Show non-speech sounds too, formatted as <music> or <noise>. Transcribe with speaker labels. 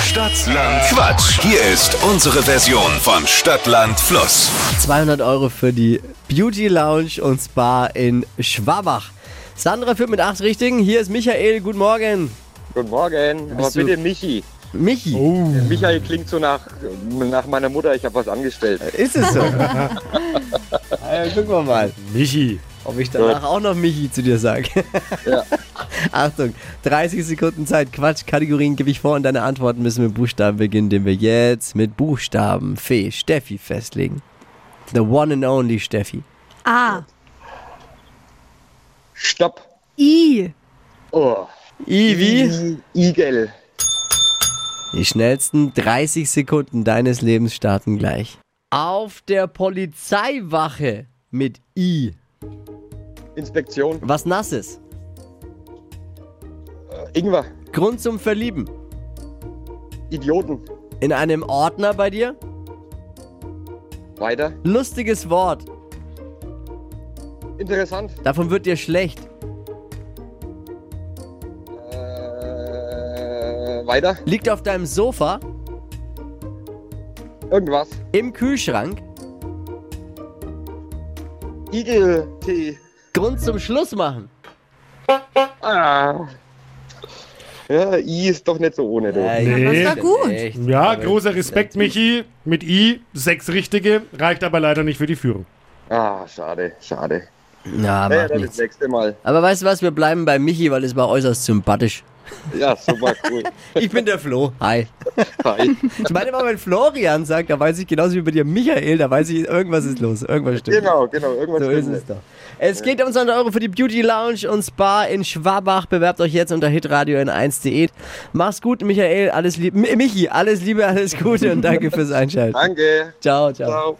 Speaker 1: Stadtland Quatsch. Hier ist unsere Version von Stadtland Fluss.
Speaker 2: 200 Euro für die Beauty Lounge und Spa in Schwabach. Sandra führt mit acht Richtigen. Hier ist Michael. Guten Morgen.
Speaker 3: Guten Morgen. Aber
Speaker 2: Bist du- Hm.
Speaker 3: bitte Michi.
Speaker 2: Michi.
Speaker 3: Oh. Michael klingt so nach, nach meiner Mutter, ich habe was angestellt.
Speaker 2: Ist es so? ja, gucken wir mal,
Speaker 4: Michi.
Speaker 2: ob ich danach auch noch Michi zu dir sage.
Speaker 3: Ja.
Speaker 2: <laughs> Achtung, 30 Sekunden Zeit. Quatsch, Kategorien gebe ich vor und deine Antworten müssen mit Buchstaben beginnen, den wir jetzt mit Buchstaben Fee Steffi festlegen. The one and only Steffi.
Speaker 5: A.
Speaker 3: Stopp.
Speaker 5: I.
Speaker 3: Oh.
Speaker 2: Ivi.
Speaker 3: I- Igel.
Speaker 2: Die schnellsten 30 Sekunden deines Lebens starten gleich. Auf der Polizeiwache mit I.
Speaker 3: Inspektion.
Speaker 2: Was Nasses.
Speaker 3: Äh, Ingwer.
Speaker 2: Grund zum Verlieben.
Speaker 3: Idioten.
Speaker 2: In einem Ordner bei dir.
Speaker 3: Weiter.
Speaker 2: Lustiges Wort.
Speaker 3: Interessant.
Speaker 2: Davon wird dir schlecht.
Speaker 3: Äh, weiter.
Speaker 2: Liegt auf deinem Sofa,
Speaker 3: Irgendwas.
Speaker 2: im Kühlschrank.
Speaker 3: Igel-Tee.
Speaker 2: Grund zum Schluss machen.
Speaker 3: Ah. Ja, I ist doch nicht so ohne. Du.
Speaker 2: Äh,
Speaker 4: Nee.
Speaker 5: Das war gut.
Speaker 2: Echt.
Speaker 4: Ja,
Speaker 2: Aber
Speaker 4: großer Respekt, Michi. Mit I, sechs Richtige, reicht aber leider nicht für die Führung.
Speaker 3: Ah, schade, schade.
Speaker 2: Na,
Speaker 3: Naja,
Speaker 2: macht
Speaker 3: dann das
Speaker 2: nichts.
Speaker 3: nächste Mal.
Speaker 2: Aber weißt du was, wir bleiben bei Michi, weil es war äußerst sympathisch.
Speaker 3: Ja, super
Speaker 2: <laughs>
Speaker 3: cool.
Speaker 2: Ich bin der Flo. Hi.
Speaker 3: Hi.
Speaker 2: Ich meine immer, wenn Florian sagt, da weiß ich genauso wie bei dir Michael, da weiß ich, irgendwas ist los. Irgendwas stimmt.
Speaker 3: Genau, genau. Irgendwas
Speaker 2: So ist
Speaker 3: stimmt
Speaker 2: es doch. Es geht um 200 Euro für die Beauty Lounge und Spa in Schwabach. Bewerbt euch jetzt unter hitradio n1.de. Mach's gut, Michael. Alles Liebe. Michi, alles Liebe, alles Gute und danke fürs Einschalten.
Speaker 3: Danke.
Speaker 2: Ciao, ciao.
Speaker 3: Ciao.